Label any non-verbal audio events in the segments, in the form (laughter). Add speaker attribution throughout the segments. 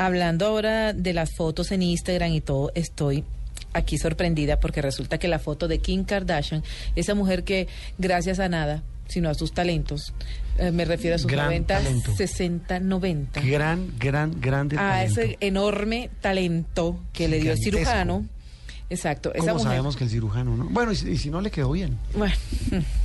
Speaker 1: Hablando ahora de las fotos en Instagram y todo, estoy aquí sorprendida porque resulta que la foto de Kim Kardashian, esa mujer que gracias a nada, sino a sus talentos, eh, me refiero a sus
Speaker 2: Gran
Speaker 1: 90,
Speaker 2: talento.
Speaker 1: 60, 90,
Speaker 2: Gran, gran, grande
Speaker 1: a
Speaker 2: talento.
Speaker 1: Ah, ese enorme talento que le dio el
Speaker 2: Gigantesco.
Speaker 1: cirujano. Exacto, esa
Speaker 2: ¿Cómo
Speaker 1: mujer.
Speaker 2: sabemos que el cirujano, no? Bueno, y, si- y si no le quedó bien.
Speaker 1: Bueno,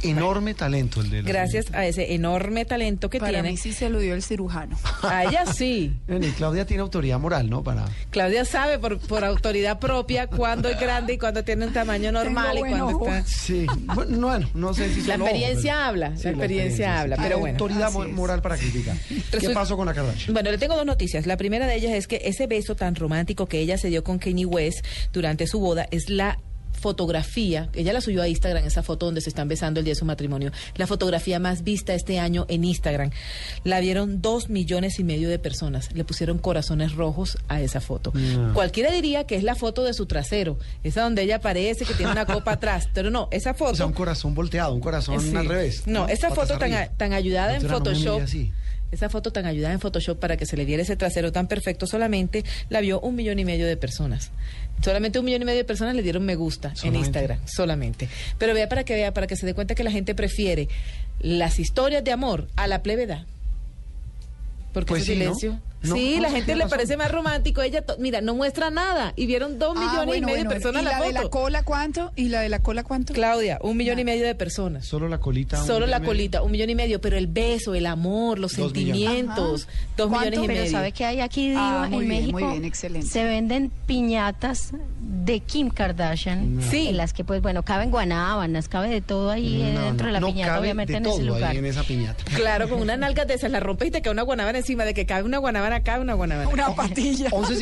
Speaker 2: Enorme talento el de la
Speaker 1: gracias a ese enorme talento que
Speaker 3: Para
Speaker 1: tiene.
Speaker 3: mí sí se lo dio el cirujano.
Speaker 1: A ella sí.
Speaker 2: (laughs) Bueno, y Claudia tiene autoridad moral, ¿no? Para
Speaker 1: Claudia sabe por, por autoridad propia cuándo es grande y cuándo tiene un tamaño normal y
Speaker 3: buen
Speaker 1: cuándo
Speaker 3: ojo.
Speaker 1: está.
Speaker 2: Sí, bueno, no, bueno, no sé si
Speaker 1: La
Speaker 2: solo-
Speaker 1: experiencia habla, la experiencia habla,
Speaker 2: Tiene
Speaker 1: pero bueno,
Speaker 2: autoridad
Speaker 3: así
Speaker 2: mo-
Speaker 3: es.
Speaker 2: moral para
Speaker 1: (laughs)
Speaker 2: criticar. ¿Qué
Speaker 1: Resulta-
Speaker 2: pasó con la Kardashian?
Speaker 1: Bueno, le tengo dos noticias. La primera de ellas es que ese beso tan romántico que ella se dio con Kanye West durante su boda es la fotografía, ella la subió a Instagram, esa foto donde se están besando el día de su matrimonio, la fotografía más vista este año en Instagram. La vieron dos millones y medio de personas, le pusieron corazones rojos a esa foto.
Speaker 2: No.
Speaker 1: Cualquiera diría que es la foto de su trasero, esa donde ella aparece que tiene una copa atrás, pero no, esa foto...
Speaker 2: (laughs)
Speaker 1: eh,
Speaker 2: O sea, un corazón volteado, un corazón
Speaker 1: Sí.
Speaker 2: al revés.
Speaker 1: No, esa
Speaker 2: Patas
Speaker 1: foto tan,
Speaker 2: arriba.
Speaker 1: a- tan ayudada en
Speaker 2: Doctora, no me mire
Speaker 1: Photoshop.
Speaker 2: así.
Speaker 1: Esa foto tan ayudada en Photoshop para que se le diera ese trasero tan perfecto solamente la vio un millón y medio de personas. Solamente un millón y medio de personas le dieron me gusta en
Speaker 2: Solamente.
Speaker 1: Instagram, solamente. Pero vea para que vea, para que se dé cuenta que la gente prefiere las historias de amor a la plevedad. Porque
Speaker 2: Pues
Speaker 1: ese
Speaker 2: sí, ¿no?
Speaker 1: silencio.
Speaker 2: No,
Speaker 1: sí,
Speaker 2: no,
Speaker 1: la
Speaker 2: sí,
Speaker 1: gente
Speaker 2: tiene
Speaker 1: le
Speaker 2: razón.
Speaker 1: parece más romántico. Ella, to- mira, no muestra nada. Y vieron dos
Speaker 3: Ah,
Speaker 1: millones y medio
Speaker 3: bueno, bueno,
Speaker 1: de personas
Speaker 3: ¿Y
Speaker 1: la,
Speaker 3: la, de la
Speaker 1: foto.
Speaker 3: cola cuánto? ¿Y la de la cola cuánto?
Speaker 1: Claudia, un millón y medio de personas.
Speaker 2: Solo la colita. un
Speaker 1: Solo la
Speaker 2: primer-
Speaker 1: colita, un millón y medio, pero el beso, el amor, los
Speaker 2: Dos millones.
Speaker 1: sentimientos,
Speaker 3: Ajá.
Speaker 1: dos
Speaker 3: ¿Cuánto?
Speaker 1: millones y
Speaker 4: Pero
Speaker 1: medio.
Speaker 4: ¿sabe que hay aquí? Digo,
Speaker 3: Ah, muy
Speaker 4: en
Speaker 3: bien,
Speaker 4: México
Speaker 3: muy bien, excelente.
Speaker 4: se venden piñatas de Kim Kardashian.
Speaker 2: No.
Speaker 1: Sí.
Speaker 4: En las que, pues bueno, caben guanábanas, cabe de todo ahí eh,
Speaker 2: No,
Speaker 4: dentro de la
Speaker 2: no, no
Speaker 4: piñata,
Speaker 2: cabe
Speaker 4: obviamente,
Speaker 2: de
Speaker 4: en
Speaker 2: todo
Speaker 4: ese lugar.
Speaker 2: Ahí en esa
Speaker 1: (laughs)
Speaker 2: piñata.
Speaker 1: Claro, con unas nalgas de esas la rompes y te cae una guanábana encima, de que cabe una guanábana, cabe una guanábana.
Speaker 3: Una patilla.
Speaker 2: Once